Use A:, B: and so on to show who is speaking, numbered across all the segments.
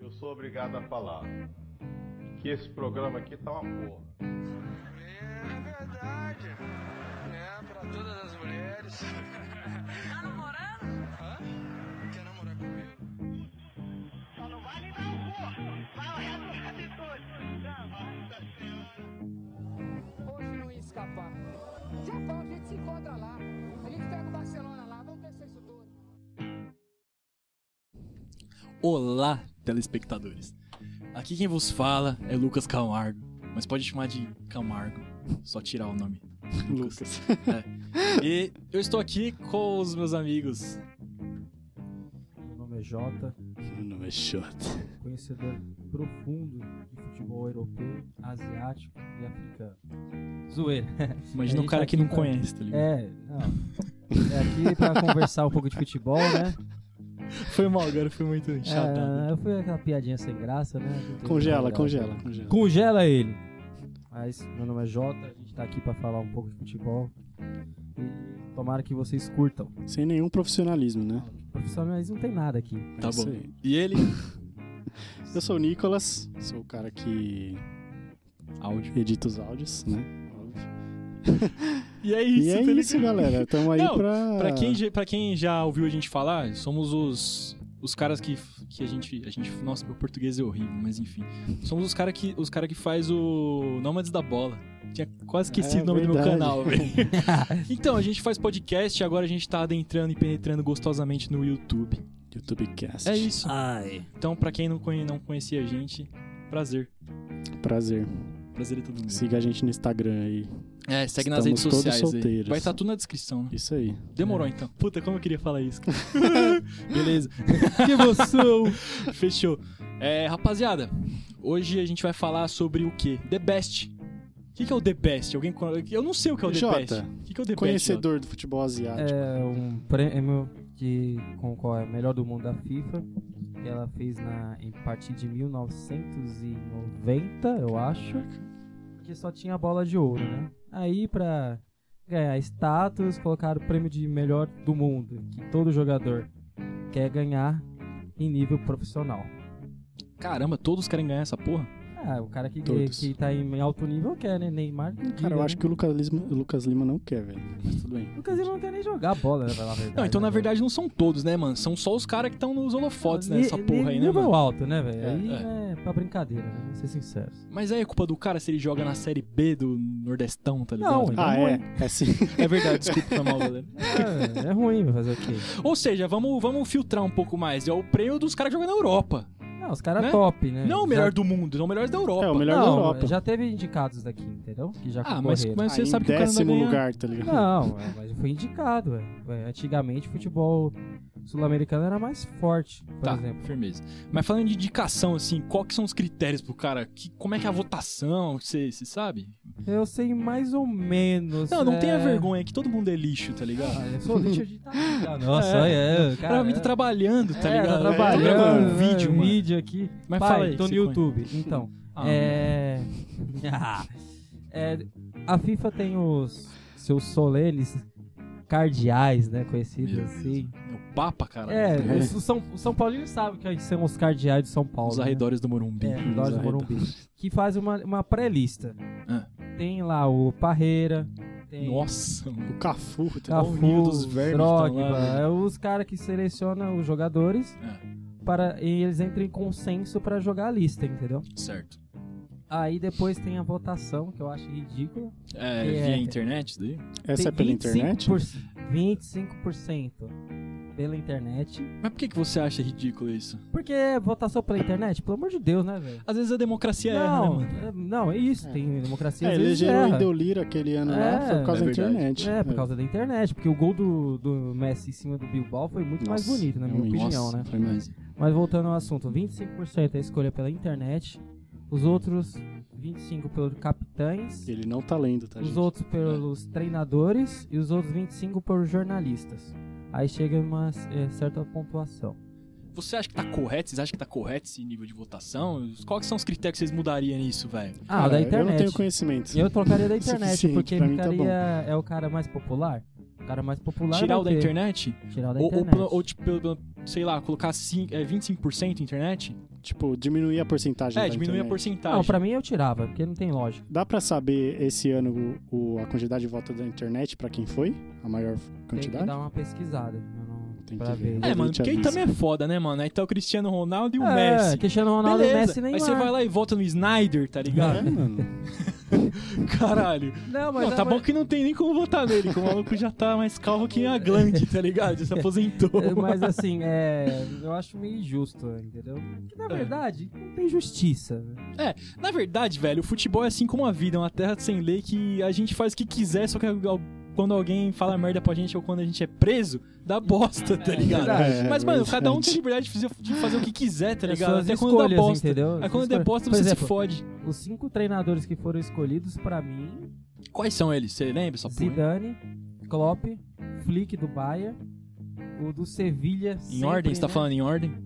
A: eu sou obrigado a falar que esse programa aqui tá uma porra.
B: É verdade. É, pra todas as mulheres.
C: Tá namorando?
B: Hã? Quer namorar comigo?
D: Só não vai me dar o cu. Vai o resto da atitude.
E: Hoje não ia escapar. Japão, a gente se encontra lá. A gente pega o Barcelona lá, vamos vencer isso tudo.
F: Olá, telespectadores. Aqui quem vos fala é Lucas Camargo, mas pode chamar de Camargo, só tirar o nome. É.
G: Lucas.
F: E eu estou aqui com os meus amigos.
H: Meu nome é Jota,
G: Meu nome é Xota.
H: conhecedor profundo de futebol europeu, asiático e africano. Zoeira.
F: Imagina um
H: A gente
F: cara
H: tá
F: que não
H: aqui pra-
F: conhece, tá ligado?
H: É, não. É aqui pra conversar um pouco de futebol, né?
F: Foi mal, agora foi muito Tá
H: É, eu fui aquela piadinha sem graça, né? Não tem
G: Hum, Congela,
H: nada.
G: congela, congela.
H: Congela ele! Mas meu nome é Jota, a gente tá aqui pra falar um pouco de futebol. E tomara que vocês curtam.
G: Sem nenhum profissionalismo, né?
H: Profissionais não tem nada aqui.
G: É
F: Tá
G: isso
F: bom.
G: aí.
F: E ele?
G: Eu sou o Nicolas, sou o cara que
F: Áudio.
G: edita os áudios, né? Óbvio.
F: E é
G: E
F: isso,
G: é
F: tá ligado?
G: isso, galera. Estamos aí
F: Não,
G: pra.
F: Pra quem, já- pra quem já ouviu a gente falar, somos os, os caras que, que a, gente, a gente. Nossa, meu português é horrível, mas enfim. Somos os caras que, os cara que faz o Nômades da Bola. Tinha quase esquecido
G: É,
F: o nome do meu
G: verdade.
F: canal, velho. então, a gente faz podcast e agora a gente tá adentrando e penetrando gostosamente no YouTube.
G: YouTubecast.
F: É isso.
G: Ai.
F: Então, pra quem não, conhe, não conhecia a gente, prazer.
G: Prazer.
F: Prazer é todo mundo.
G: Siga a gente no Instagram aí.
F: É, segue nas redes
G: Estamos todos
F: sociais aí.
G: solteiros.
F: Vai estar tudo na descrição, né?
G: Isso aí.
F: Demorou então. Puta, como eu queria falar isso. Beleza.
H: Que emoção!
F: Fechou. É, rapaziada, hoje a gente vai falar sobre o quê? The Best. O que, que é o The Best? Alguém con- Eu não sei o que é o The
G: Jota,
F: Best. O que, que é o The Best?
G: Conhecedor do futebol asiático.
H: É um prêmio de, com qual é melhor do mundo da FIFA. que Ela fez na, em partir de 1990, eu acho. Porque só tinha a bola de ouro, né? Aí, pra ganhar status, colocaram o prêmio de melhor do mundo, que todo jogador quer ganhar em nível profissional.
F: Jota? Caramba, todos querem ganhar essa porra?
H: Ah, o cara que,
G: Todos.
H: que tá em alto nível quer, né? Neymar. que
F: É,
H: diga,
G: Cara, eu acho
H: né?
G: que o Lucas Lima, o Lucas Lima não quer, velho. Mas tudo bem.
H: Lucas Lima não quer nem jogar bola, né? Vai lá,
F: Não, então na
H: né,
F: verdade não são todos, né, mano? São só os caras que estão nos holofotes, né?
H: Ni-
F: Essa porra aí, né,
H: nível
F: mano?
H: alto, né, velho?
G: É,
H: aí
F: é.
H: é. pra brincadeira, né? Vamos ser sinceros.
F: Mas aí é culpa do cara se ele joga na série B do Nordestão, tá ligado?
H: Não, ele-
G: Ah,
H: Vamos
G: é. É sim.
F: é verdade, desculpa, foi mal, galera.
H: É, é ruim fazer o quê?
F: Ou seja, vamos, vamos filtrar um pouco mais. É o prêmio dos caras que jogam na Europa.
H: Não, os caras
F: Né?
H: top, né?
F: Não o melhor do mundo, são os melhores da Europa.
G: É o
H: já...
G: melhor da
H: Não,
G: Europa.
H: já teve indicados daqui, entendeu? Que já
F: Ah, mas,
H: concorreram.
F: mas você
G: Aí,
F: sabe
G: em
F: que o cara não é vai
G: décimo
F: ganhar.
G: lugar, tá ligado?
F: Ah.
H: Não, é, mas foi indicado, velho. É, Antigamente o futebol sul-americano era mais forte, por
F: tá,
H: exemplo.
F: firmeza. Mas falando de indicação, assim, qual que são os critérios pro cara? Que, como é que é a votação? Você sabe?
H: Eu sei mais ou menos.
F: Não, não
H: é...
F: tenha vergonha, é que todo mundo é lixo, tá ligado?
H: Ah, eu sou lixo de Itaquera. Nossa, é, é
F: O cara
H: cara.
F: me tá
H: é.
F: trabalhando, tá
H: É,
F: ligado?
H: Tá trabalhando,
F: Tô gravando um
H: né,
F: vídeo, mano.
H: vídeo aqui.
F: Mas
H: Pai,
F: fala aí.
H: tô no
F: você
H: YouTube. Então,
F: conhece. Ah,
H: é... é... A FIFA tem os seus solenes cardeais, né? Conhecidos
F: Meu
H: assim.
F: É o Papa, cara.
H: É,
G: É.
H: os- os São, os São Paulinos sabem que são os cardeais de São Paulo.
F: Os
H: né?
F: arredores do Morumbi.
H: É, os arredores do Morumbi. Que fazem uma, uma pré-lista.
F: Ah.
H: Tem lá o Parreira. Tem
F: Nossa, mano.
G: O Cafu, tá ligado?
F: o nível
H: Cafu,
F: dos vermes que tão
H: Drogba,
F: lá, né? velho.
H: é os caras que selecionam os jogadores
F: É,
H: para e eles entram em consenso pra jogar a lista, entendeu?
F: certo.
H: Aí depois tem a votação, que eu acho ridícula.
F: É,
H: É.
F: via internet isso daí?
G: Essa
H: Tem
G: é pela internet?
H: 25%, 25% pela internet.
F: Mas por que, que você acha ridículo isso?
H: Porque é votação pela internet, pelo amor de Deus, né, velho?
F: Às vezes a democracia erra, né,
H: não,
F: mano?
H: é- não, é isso. Tem democracia.
G: É,
H: às vezes
G: elegeram o
H: erra.
G: Indolira aquele ano lá,
H: É,
G: foi por causa
F: é
G: da
F: verdade.
G: internet.
H: É, por causa da internet. Porque o gol do, do Messi em cima do Bilbao foi muito mais
G: Nossa,
H: bonito, na minha
G: realmente.
H: opinião,
F: Nossa,
H: né?
F: Foi é mais.
H: Mas voltando ao assunto, 25% é a escolha pela internet. Os outros 25% pelos capitães.
G: Ele não tá lendo, tá,
H: os
G: gente?
H: outros pelos treinadores e os outros 25 pelos jornalistas. Aí chega uma é, certa pontuação.
F: Você acha que tá correto? Vocês acham que tá correto esse nível de votação? Quais que são os critérios que vocês mudariam nisso, velho?
H: Ah,
G: Cara,
H: da
G: Eu não
H: internet.
G: tenho
H: Eu,
G: conhecimento.
H: trocaria da internet,
G: Suficiente,
H: porque
G: pra mim tá
H: ficaria é o cara mais popular. O cara mais popular
F: Tirar
H: vai
F: o da
H: ter-
F: internet?
H: Tirar o é. da
F: Ou, ou
H: internet.
F: pela- ou, tipo, pela- sei lá, colocar cin- é, 25% internet?
G: Tipo, diminuir a porcentagem
F: É,
G: da
F: diminui a
G: tá internet.
F: porcentagem.
H: Não, pra mim eu tirava, porque não tem lógica.
G: Dá pra saber esse ano o, o- a quantidade de volta da internet pra quem foi? A maior
H: Tem que
G: quantidade?
H: dar uma pesquisada. eu não-
G: Tem
H: pra
G: que ver.
H: ver.
F: É,
G: Ele
F: mano,
G: te
F: porque aí
G: avisa.
F: também é foda, né, mano? Aí tá o Cristiano Ronaldo e o
H: É,
F: Messi.
H: Cristiano Ronaldo e
F: Beleza.
H: Messi nem
F: Aí você vai lá e volta no Snyder, tá ligado?
G: É, mano.
F: Caralho.
H: É. Não, mas é,
F: Não, tá
H: mas-
F: bom que não tem nem como votar nele, que o maluco já tá mais calvo que a Glande, tá ligado? Já se aposentou.
H: É, Mas assim, é. Eu acho meio injusto, entendeu? Porque, na
F: É.
H: verdade, não tem justiça. né?
F: Na verdade, velho, o futebol é assim como a vida, é uma terra sem lei que a gente faz o que quiser, só que al- quando alguém fala merda pra gente ou quando a gente é preso, dá bosta,
H: É
F: tá ligado?
G: verdade.
F: Mas, mano, cada um tem liberdade
G: verdade.
F: de fazer, de fazer o que quiser, tá ligado?
H: Pessoas
F: Até quando dá
H: escolhas,
F: bosta.
H: entendeu?
F: Aí quando
H: Escolha-
F: der bosta,
H: Por
F: você se
H: exemplo,
F: fode.
H: Os cinco treinadores que foram escolhidos, pra mim,
F: Quais são eles? Você lembra? Só por...
H: Zidane, Klopp, Flick do Bayern, o do Sevilha.
F: Em ordem? Você tá falando em ordem?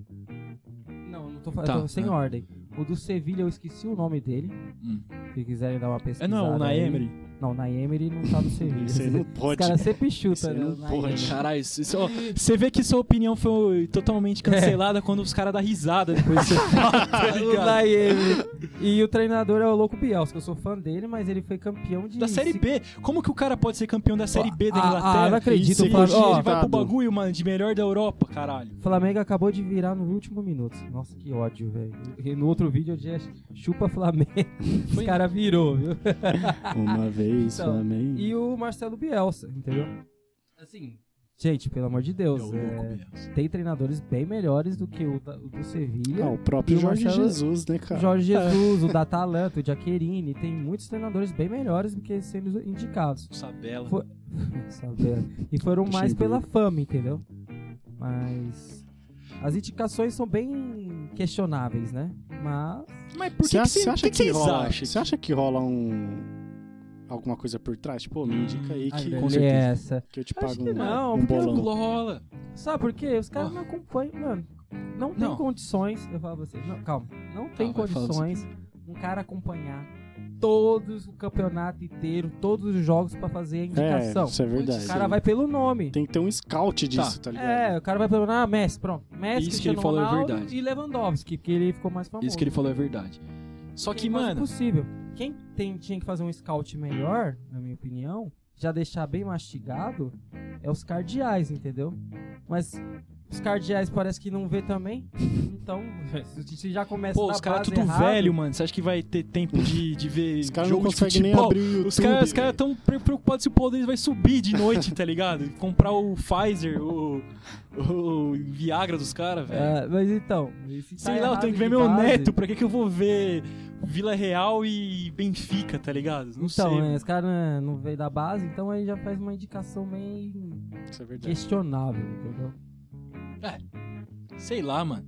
H: Não, não tô falando,
F: Tá,
H: eu tô sem
F: né?
H: ordem. O do Sevilha, eu esqueci o nome dele.
F: Hum.
H: Se quiserem dar uma
F: É
H: pesquisada.
F: não, o
H: aí.
F: Naemri.
H: Não, o Naemri não tá no Sevilha.
G: Isso aí não
H: Os
G: pode.
H: caras sempre chutam,
G: Isso aí
H: né?
G: não
H: o
G: pode.
H: Naemri.
F: Caralho, isso- isso- ó, você vê que sua opinião foi
H: É.
F: totalmente cancelada quando os caras dão risada depois que você fala, tá
H: O
F: ligado?
H: Naemri. E o treinador é o Louco Bielsa, que eu sou fã dele, mas ele foi campeão de...
F: Da Série
H: cinco-
F: B. Como que o cara pode ser campeão da Série B da
H: Ah, ah,
F: Inglaterra?
H: não acredito,
F: E
G: Flávio.
F: hoje ele
G: Ó,
F: vai pro
G: dado.
F: bagulho, mano, de melhor da Europa, caralho.
H: O Flamengo acabou de virar no último minuto. Nossa, que ódio, velho. E no outro vídeo eu já chupa Flamengo. Os caras virou, viu?
G: Uma vez,
H: Então,
G: Flamengo.
H: E o Marcelo Bielsa, entendeu? Assim, gente, pelo amor de Deus. é, tem treinadores bem melhores do que o, da- o do Sevilha.
G: Ah, o próprio
H: e o
G: Jorge
H: Marcelo-
G: Jesus, né,
H: O
G: cara?
H: Jorge Jesus, o da Atalanta, o Jaquerini, tem muitos treinadores bem melhores do que sendo indicados.
F: Sabela.
H: Foi- sabe? É. E foram mais pela
G: Luxemburgo.
H: fama, entendeu? Mas as indicações são bem questionáveis, né? Mas
F: Mas por que, que,
G: Você acha,
F: você,
G: você acha
F: que, que, vocês
G: rola,
F: acham?
G: Você acha que rola um... alguma coisa por trás? Tipo, me indica aí
F: Ai,
G: que,
F: velho.
G: com
H: é
G: certeza,
H: essa.
G: que eu te
H: Acho
G: pago
H: que
G: um,
H: não,
G: um
H: porque eu
G: bolão.
F: Rola.
H: Sabe por quê? Os caras
F: Ah.
H: não acompanham, mano. Não tem
F: Não.
H: condições, eu falo pra vocês, não, calma, não tem
F: vai, fala
H: condições um cara acompanhar todos o campeonato inteiro, todos os jogos pra fazer a
G: É,
H: indicação.
G: isso é verdade.
H: o cara vai pelo nome.
G: Tem que ter um scout disso, tá, ligado?
H: É, o cara vai pelo nome, ah, Messi, pronto. Messi,
F: Isso que ele
H: Cristiano
F: falou é
H: Ronaldo
F: verdade.
H: e Lewandowski, porque ele ficou mais famoso.
F: Isso que ele falou é verdade. Só que,
H: Quem faz o
F: mano,
H: possível. Quem tem- tinha que fazer um scout melhor, na minha opinião, já deixar bem mastigado, é os cardeais, entendeu? Mas os cardeais parece que não vê também. Então, se se já começa
F: pô,
H: na
F: os caras
H: base
F: tudo
H: errado,
F: velho, mano. Você acha que vai ter tempo de, de ver
G: Os caras não
F: jogo de
G: conseguem nem
F: futebol?
G: abrir o YouTube.
F: Os caras os caras tão pre- preocupados se o poder vai subir de noite, tá ligado? Comprar o Pfizer, o, o Viagra dos caras, velho.
H: é, mas então, esse tá
F: Sei lá, eu
H: errado
F: tenho que ver
H: de
F: meu
H: base.
F: neto, pra que que eu vou ver Vila Real e Benfica, tá ligado? Não
H: Então,
F: sei.
H: né, os caras né, não veio da base, então aí já faz uma indicação meio
G: Isso é verdade.
H: questionável, entendeu?
F: Sei lá, mano.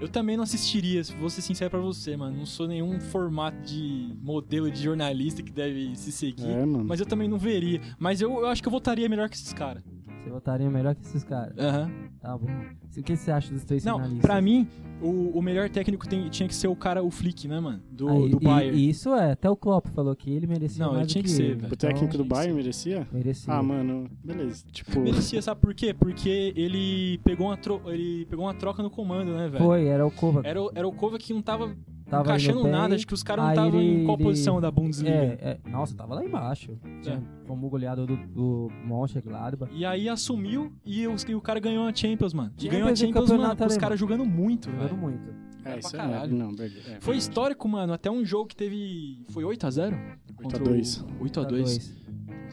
F: Eu também não assistiria, se vou ser sincero pra você, mano. Não sou nenhum formato de modelo de jornalista que deve se seguir.
G: É, mano.
F: Mas eu também não veria. Mas eu, eu acho que eu votaria melhor que esses caras.
H: Você votaria melhor que esses caras.
F: Aham.
H: Tá bom. O que você acha dos três
F: Não,
H: finalistas?
F: pra mim, o, o melhor técnico tem- tinha que ser o cara, o Flick, né, mano? Do,
H: Aí,
F: do
H: e-
F: Bayern.
H: E, isso é, até o Klopp falou que ele merecia
F: Não,
H: mais
F: ele tinha
H: do
F: que ser, velho.
G: O técnico do
F: Então,
G: Bayern merecia?
H: Merecia.
G: Ah, mano, beleza. Tipo,
F: Merecia, sabe por quê? Porque ele pegou uma, tro- ele pegou uma troca no comando, né, velho?
H: Foi, era o Kovac.
F: Era, o- era o Kovac que não tava
H: Tava
F: encaixando
H: indo bem.
F: nada. Acho que os caras não
H: aí
F: estavam em
H: ele-
F: qual posição da Bundesliga. É.
H: É, é, nossa, tava lá embaixo. Tinha como goleador do, do Mönchengladbach.
F: E aí assumiu e, os- e o cara ganhou a Champions, mano. E
H: Champions
F: ganhou a
H: e
F: Champions,
H: campeonato
F: mano, com os
H: alemão.
F: caras jogando muito,
H: Jogando
F: velho.
H: muito.
G: é,
F: pra
G: isso é,
F: caralho.
G: não, beleza.
H: um
G: É,
F: Foi histórico, mano. Até um jogo que teve. Foi 8x0?
G: 8x2.
F: 8x2.
H: Tá
F: Contra o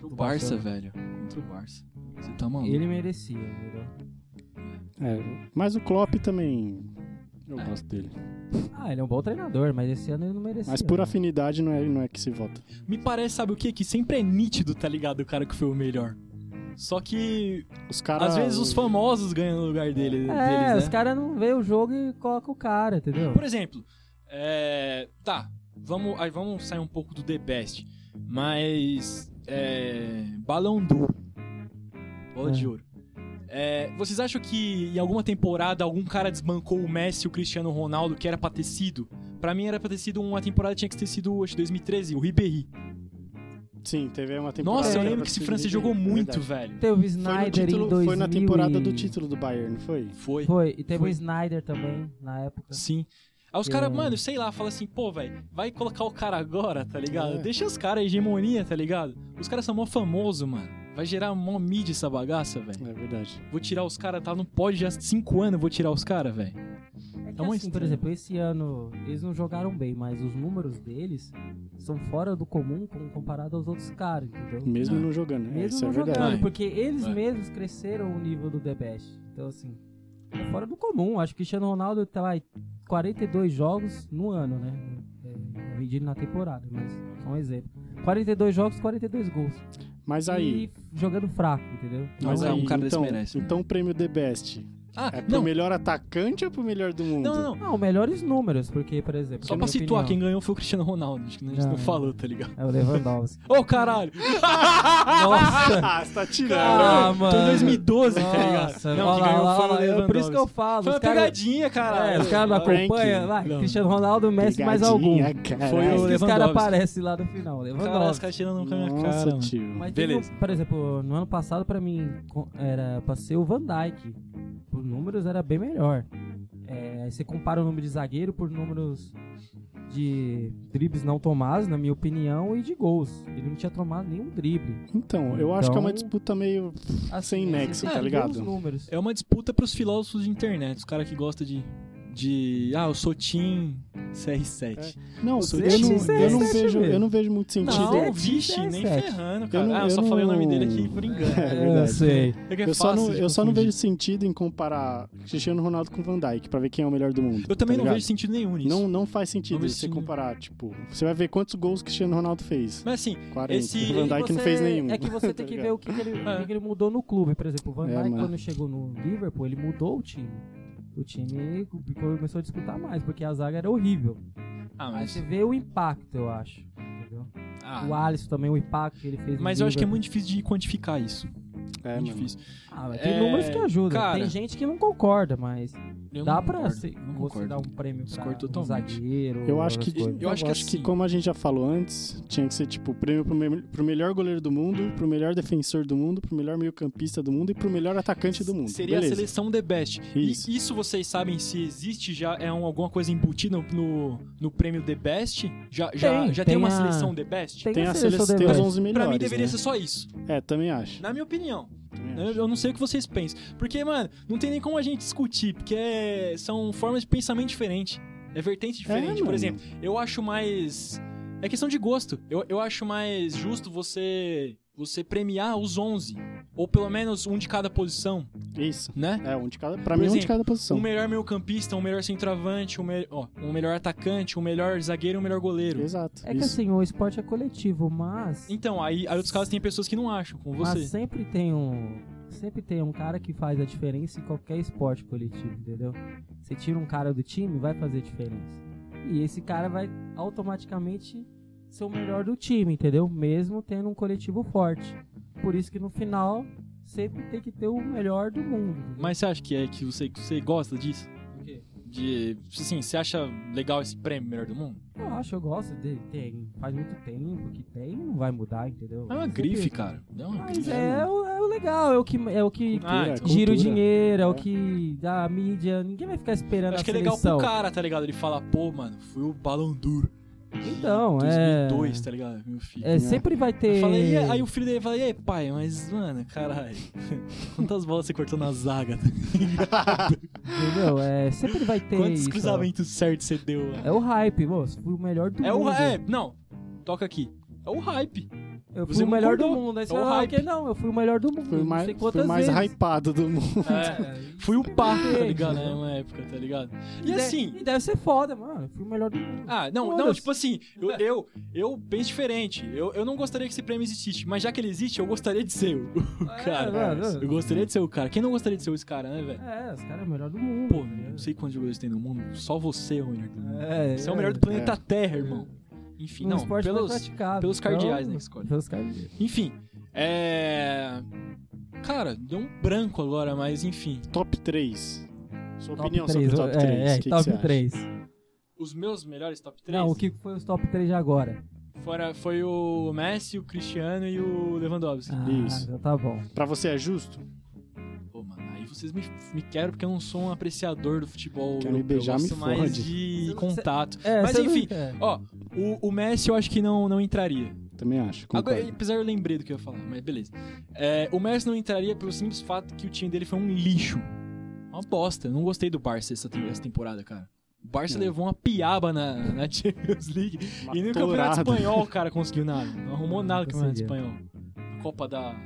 H: Do
F: Barça,
H: Barcelona.
F: velho. Contra o Barça. Você tá
H: dois.
F: maluco.
H: Ele merecia, entendeu?
G: é, mas o Klopp também. Eu
F: É.
G: gosto dele.
H: Ah, ele é um bom treinador, mas esse ano ele não merecia.
G: Mas por
H: não.
G: afinidade não é, não é que se vota.
F: Me parece, sabe o que? Que sempre é nítido, tá ligado? O cara que foi o melhor. Só que,
G: Os caras.
F: às vezes, os famosos ganham no lugar dele,
H: É,
F: deles,
H: os
F: né?
H: caras não vê o jogo e colocam o cara, entendeu?
F: Por exemplo, é... Tá, vamos, aí vamos sair um pouco do The Best. Mas... É... Balão do... Bola
H: É.
F: de ouro. É, vocês acham que em alguma temporada algum cara desbancou o Messi e o Cristiano Ronaldo que era pra ter sido? Pra mim era pra ter sido uma temporada, tinha que ter sido, acho, 2013, o Ribéry.
G: Sim, teve uma temporada.
F: Nossa, eu
G: era
F: lembro
G: pra
F: que
G: ser
F: esse francês
G: dividido,
F: jogou
G: é
F: muito,
G: verdade.
F: velho.
H: Teve o
G: Foi, no
H: Snyder em
G: título,
H: 2000
G: foi na temporada
H: e-
G: do título do Bayern, não foi?
F: Foi.
H: Foi, e teve
F: Foi.
H: Né? o Snyder também, na época.
F: Sim. Aí os caras,
H: É.
F: mano, sei lá, fala assim, pô, velho, vai colocar o cara agora, tá ligado?
G: É.
F: Deixa os caras hegemonia, tá ligado? Os caras são mó famoso, mano. Vai gerar mó mídia essa bagaça, velho.
G: É verdade.
F: Vou tirar os caras, tá no pod já há 5 anos, eu vou tirar os caras, velho.
H: É que
F: Tá muito
H: assim, por
F: estranho.
H: exemplo, esse ano eles não jogaram bem, mas os números deles são fora do comum com- comparado aos outros caras, entendeu?
G: Mesmo
F: Não.
G: não, jogando. né?
H: Mesmo
G: Isso
H: não
G: é verdade.
H: jogando,
F: Vai.
H: porque eles
F: Vai.
H: mesmos cresceram o nível do The Best. Então, assim, é fora do comum. Acho que o Cristiano Ronaldo tá lá em 42 jogos no ano, né? É, medido na temporada, mas só um exemplo. 42 jogos, 42 gols.
G: Mas aí.
H: E jogando fraco, entendeu?
F: Mas
G: mas
F: é,
G: aí,
F: um cara desse
G: então,
F: merece, né?
G: Então o prêmio The Best
F: Ah,
G: é pro
F: não,
G: melhor atacante ou pro melhor do mundo?
F: não, não, não.
H: Não, melhores números, porque, por exemplo...
F: Só
H: na
F: pra
H: minha
F: situar, quem
H: opinião, Ah,
F: ganhou foi o Cristiano Ronaldo, acho que a gente não
H: Não.
F: falou, tá ligado?
H: É o Lewandowski.
F: Ô, caralho!
H: Nossa!
G: Ah, você tá tirando.
H: Ah, mano.
F: Tô em 2012, tá ligado?
H: Nossa,
F: Não,
H: olha
F: quem
H: lá,
F: ganhou
H: olha
F: foi o
H: lá, eu- Por isso que eu
F: Lewandowski.
H: falo.
F: Foi
H: os
F: uma
H: cara-
F: pegadinha, né? caralho.
H: É, os caras não
G: Frank.
H: acompanham. Vai,
F: Não.
H: Cristiano Ronaldo, Messi, mais algum.
G: Pegadinha, caralho.
F: Foi
H: Por
F: o
H: isso que os caras
F: Lewandowski.
H: aparecem lá no final.
F: Caralho, os
H: Lewandowski.
F: caras tirando um com a minha
G: Nossa,
F: cara, mano.
G: tio.
H: Mas teve
F: Beleza.
H: um- por exemplo, no ano passado, pra mim, co- era pra ser o Van Dyke. Por números era bem melhor. É, aí você compara o número de zagueiro por números de dribles não tomados, na minha opinião, e de gols. Ele não tinha tomado nenhum drible.
G: Então, eu acho que é uma
H: Então-
G: disputa meio. Sem nexo,
H: você
G: tá
H: tem
G: ligado?
H: bons números.
F: É uma disputa pros filósofos de internet, os caras que gostam de, de. Ah, eu sou Team CR7.
G: Não,
F: Você
G: eu não,
F: disse
G: eu, não
H: isso
G: vejo,
H: mesmo.
G: eu não vejo muito sentido.
H: Não,
F: Não,
H: é
F: vixe,
H: Team
F: nem
H: CR7.
F: ferrando,
G: Eu
F: cara.
G: não-
F: ah, eu,
G: eu
F: só falei o nome
G: não-
F: dele aqui por engano.
G: É
H: Eu
G: verdade.
H: sei.
F: É que é
G: Eu só,
F: fácil
G: não,
F: de
G: eu só não
F: confundir.
G: vejo sentido em comparar Cristiano Ronaldo com Van Dyke pra ver quem é o melhor do mundo.
F: Eu também
G: tá
F: não
G: ligado?
F: vejo sentido nenhum nisso.
G: Não, não faz sentido
F: Não vejo
G: você
F: sentido.
G: comparar, tipo, você vai ver quantos gols Cristiano Ronaldo fez.
F: Mas assim,
G: 40.
F: Esse-
G: O Van Dijk não
H: você-
G: fez nenhum.
H: É que você
G: tá
H: tem que
G: ligado?
H: ver o que, que ele, o
F: É.
H: que que ele mudou no clube. Por exemplo, o Van
G: É,
H: Dijk,
G: mano.
H: quando chegou no Liverpool, ele mudou o time. O time começou a disputar mais, porque a zaga era horrível.
F: ah,
H: Aí
G: é
H: você
F: mas,
H: vê o impacto, eu acho. entendeu?
F: ah,
H: O Alisson também, o impacto que ele fez no
F: mas eu acho que é
H: Liverpool.
F: muito difícil de quantificar isso.
G: né? É,
F: muito
G: mano.
F: difícil.
H: Ah, mas tem
F: É,
H: números que ajudam.
F: cara.
H: tem gente que não concorda, mas
F: Eu
H: dá
F: não
H: pra
F: concordo,
H: se-
F: não
H: você
F: concordo.
H: dar um prêmio pra
F: Discordo
H: um
F: totalmente.
H: zagueiro.
G: Eu acho que
H: essas coisas.
G: eu acho que,
F: assim-
G: como a gente já falou antes, tinha que ser tipo prêmio pro, me pro melhor goleiro do mundo, pro melhor defensor do mundo, pro melhor meio-campista do mundo e pro melhor atacante do mundo.
F: Seria
G: Beleza.
F: a seleção The Best.
G: Isso.
F: E isso vocês sabem se existe já é um, alguma coisa embutida no- no, no prêmio The Best? Já já
H: Tem,
F: já tem,
H: tem
F: uma
H: a-
F: seleção The Best?
H: Tem,
G: Tem
H: a
G: a
H: seleção,
G: seleção, tem
H: da
G: os
H: Bélgica.
G: 11 melhores.
F: Pra mim deveria
G: né?
F: ser só isso,
G: É, também acho.
F: na minha opinião. né?
G: também
F: Eu,
G: acho. É,
F: eu não sei o que vocês pensam. Porque, mano, não tem nem como a gente discutir, porque é- são formas de pensamento diferentes. É vertente diferente. Por
G: mano.
F: exemplo, eu acho mais. É questão de gosto. Eu, eu acho mais justo você você premiar os 11. Ou pelo menos um de cada posição,
G: Isso.
F: né?
G: É, um de cada,
F: Por
G: pra mim é um de
F: exemplo,
G: cada
F: Um
G: posição.
F: melhor meio-campista, um melhor centroavante, um, me- ó, um melhor atacante, um melhor zagueiro, um melhor goleiro.
G: Exato.
H: É que
G: isso.
H: assim, o esporte é coletivo, mas.
F: Então, aí, aí outros casos tem pessoas que não acham, como
H: Mas
F: você.
H: sempre tem um. Sempre tem um cara que faz a diferença em qualquer esporte coletivo, entendeu? Você tira um cara do time, vai fazer diferença. E esse cara vai automaticamente ser o melhor do time, entendeu? Mesmo tendo um coletivo forte. Por isso que no final sempre tem que ter o melhor do mundo. entendeu?
F: Mas você acha que é que você, que você gosta disso? De. Assim, você acha legal esse prêmio melhor do mundo?
H: Eu acho, eu gosto de tem. Faz muito tempo que tem, não vai mudar, entendeu?
F: É uma
H: Sempre-
F: grife, cara. É uma
H: Mas
F: grife.
H: é, o, é o legal, é o que é o que
F: Ah, então.
G: Cultura.
H: gira o dinheiro, é o
G: É.
H: que dá a mídia, ninguém vai ficar esperando
F: Acho
H: a
F: que é legal
H: seleção.
F: pro cara, tá ligado? Ele fala, pô, mano, fui o Balão Duro.
H: Então, é-
F: 2002, tá ligado? Meu filho.
H: É, sempre vai ter.
F: Eu falei, "E aí?" aí o filho dele fala, e aí, pai, mas, mano, caralho, quantas bolas você cortou na zaga?
H: Entendeu? É, sempre vai ter.
F: Quantos
H: isso,
F: cruzamentos certos você deu? mano?"
H: ó. É o hype, moço. Fui o melhor do
F: É o
H: mundo.
F: hype. Não, toca aqui. É o hype.
H: Eu fui
F: Você
H: o melhor do
F: concordou.
H: mundo. Aí você
F: É o
H: fala, ah,
F: hype.
H: que não, eu fui o melhor do mundo.
G: Foi
H: não
G: mais,
H: sei
G: foi
H: quantas
G: mais
H: vezes. É.
G: hypado do mundo.
F: É, Fui o pá, tá
H: Entendi.
F: ligado? Né? Uma época, tá ligado? E
H: de-
F: assim.
H: E deve ser foda, mano. Eu fui o melhor do mundo.
F: Ah, não, não,
H: Foda-se.
F: tipo assim, eu, eu, eu penso diferente. Eu, eu não gostaria que esse prêmio existisse, mas já que ele existe, eu gostaria de ser o, o cara.
H: É, mano,
F: eu gostaria de ser o cara. Quem não gostaria de ser esse cara, né, velho?
H: É, os caras é o melhor do mundo.
F: Pô,
H: né?
F: não sei quantos jogadores tem no mundo, só você é o melhor do mundo.
H: É,
F: Você é o melhor do planeta Terra, irmão. Enfim,
H: Um
F: não,
H: esporte mais
F: pelos,
H: praticado.
F: pelos
H: Então,
F: cardeais, né, que escolhe.
H: Pelos cardeais.
F: Enfim, é. Cara, deu um branco agora, mas enfim.
G: Top 3. Sua
H: Top
G: opinião
H: três,
G: sobre o top 3.
H: É, é,
G: que que você
H: top
G: acha?
H: 3.
F: Os meus melhores top 3
H: Não, o que foi os top 3 de agora?
F: fora, foi o Messi, o Cristiano e o Lewandowski.
H: Ah,
G: Isso.
H: então tá bom.
G: Pra você é justo?
F: Pô, mano, aí vocês me, me querem porque eu não sou um apreciador do futebol.
G: Quer me
F: europeu,
G: beijar,
F: eu
G: me
F: gosto mais
G: fode.
F: de
H: Você-
F: contato.
H: É,
F: Mas
H: você não-
F: enfim,
H: é.
F: ó, o, o Messi eu acho que não, não entraria.
G: Também acho, concordo.
F: Agora, apesar eu lembrei do que eu ia falar, mas beleza. É, o Messi não entraria pelo simples fato que o time dele foi um lixo. Uma bosta. Eu não gostei do Barça essa, tem- essa temporada, cara. O Barça
G: É.
F: levou uma piaba na, na Champions League.
G: Uma
F: e nem o
G: tourada.
F: Campeonato Espanhol o cara conseguiu nada. Não arrumou nada no Campeonato
H: conseguiu.
F: Espanhol. A Copa da...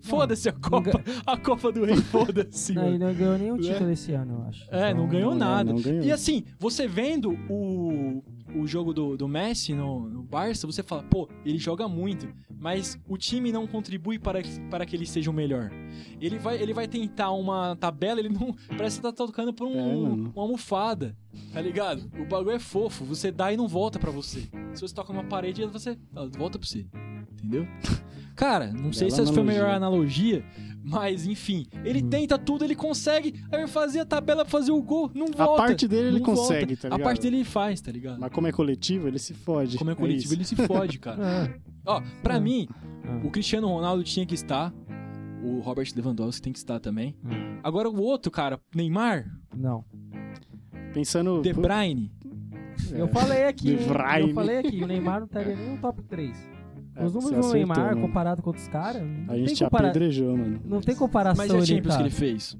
F: Foda-se a Copa.
H: ga-
F: A Copa do Rei, foda-se.
H: Não,
F: mano.
H: ele não ganhou nenhum
F: É.
H: título esse ano, eu acho. Então,
F: É, não ganhou
G: é,
F: nada.
G: não ganhou.
F: E assim, você vendo o, o jogo do, do Messi no, no Barça, você fala, pô, ele joga muito, mas o time não contribui para, que- para que ele seja o melhor. Ele vai, ele vai tentar uma tabela, ele não. Parece que tá tocando por um-
G: É, mano.
F: uma almofada, tá ligado? O bagulho é fofo, você dá e não volta pra você. Se você toca numa parede, você ela volta pra você. Entendeu? Cara, não sei
G: Bela
F: se essa foi a melhor
G: analogia. Uhum.
F: analogia, mas enfim, ele tenta tudo, ele consegue, aí ele fazia a tabela pra fazer o gol, não
G: A
F: volta.
G: parte dele ele
F: não volta.
G: consegue, tá ligado?
F: A parte dele ele faz, tá ligado?
G: Mas como é coletivo, ele se fode.
F: Como é coletivo,
G: isso. Hum.
F: ele se fode, cara.
H: É.
F: Ó, pra
H: Sim.
F: mim,
H: Ah.
F: o Cristiano Ronaldo tinha que estar, o Robert Lewandowski tem que estar também.
H: Hum.
F: Agora o outro, cara, Neymar,
H: Não.
G: Pensando...
F: De Bruyne,
G: É.
H: Eu falei aqui.
G: De
H: hein?
G: Vrij,
H: Eu falei aqui, o Neymar não estaria nem no top 3.
G: É,
H: Os
G: você
H: números do
G: acertou,
H: Neymar,
G: mano.
H: comparado com outros caras, não,
G: A
H: tem
G: gente te
H: compara...
G: apedrejou, mano.
H: não tem comparação.
F: mas e a
H: ele
F: Champions
H: tá.
F: que ele fez?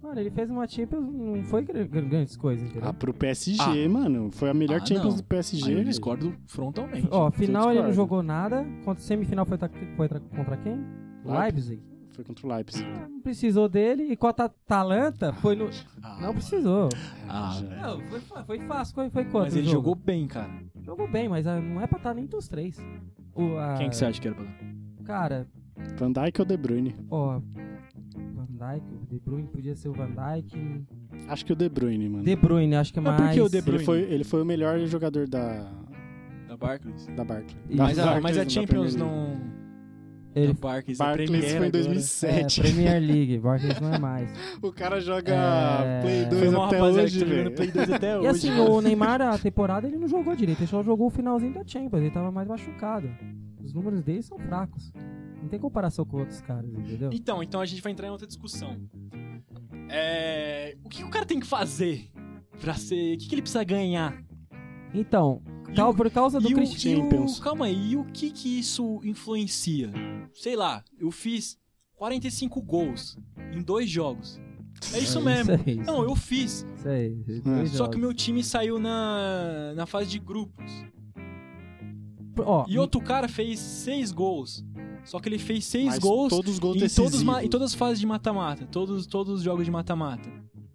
H: Mano, ele fez uma Champions, não foi gr- gr- grandes coisas, entendeu?
G: Ah, pro PSG, mano. Foi a melhor
F: Ah,
G: Champions
F: não.
G: do PSG.
F: Aí eu
G: velho.
F: discordo frontalmente.
H: Ó, final ele não
G: discordo.
H: jogou nada. Contra semifinal foi, ta- foi tra- contra quem? Leipzig.
G: Foi contra o Leipzig.
H: Ah, Não precisou dele. E contra a Atalanta foi no.
F: Ah,
H: Não precisou.
F: Ah,
G: Já.
H: Não, foi, fa- foi fácil. Foi, foi quanto?
F: mas ele
H: o jogo?
F: jogou bem, cara.
H: Jogou bem, mas ah, não é pra estar nem entre os três. O, a-
G: Ah.
F: Quem que você acha que era pra dar?
H: Cara,
G: Van Dijk ou De Bruyne?
H: ó. Van Dijk, o De Bruyne podia ser o Van Dijk.
G: Acho que o De Bruyne, mano.
H: De Bruyne, acho que é
F: Mas
H: mais.
F: por que o De Bruyne?
G: Ele, foi, ele foi o melhor jogador da,
F: Da Barclays?
G: da Barclays.
H: E-
G: Da
F: Mas a,
G: Barclays,
F: mas a
G: da
F: Champions
G: Premier League.
F: não.
H: Ele-
F: da Barclays, a
G: Barclays
F: Premier
G: foi em
F: agora.
G: 2007.
H: É, Premier League, Barclays não é mais.
G: O cara joga
H: É.
G: Play
F: Foi
G: 2
F: uma
G: até
F: rapaziada que
G: hoje,
F: tá jogando
G: velho.
F: Play 2 até hoje. né?
H: E assim, o Neymar, a temporada, ele não jogou direito. Ele só jogou o finalzinho da Champions. Ele tava mais machucado. Os números dele são fracos. Não tem comparação com outros caras, entendeu?
F: Então, então a gente vai entrar em outra discussão. É, o que o cara tem que fazer pra ser. O que, que ele precisa ganhar?
H: Então,
F: E
H: tal,
F: o-
H: por causa do
F: E o,
H: Cristiano...
F: e
G: Champions.
F: o, calma aí, e o que que isso influencia? Sei lá, eu fiz 45 gols em dois jogos. É isso mesmo.
H: Isso aí, isso
F: Não, eu fiz.
H: aí, Isso aí.
G: É.
H: dois
F: Só que o
H: jogos.
F: meu time saiu na, na fase de grupos.
H: Ó,
F: E outro cara fez seis gols. Só que ele fez seis
G: Mas
F: gols
G: Todos os gols
F: em, todos, ma-
G: decisivos.
F: em todas as fases de mata-mata. Todos, todos os jogos de mata-mata.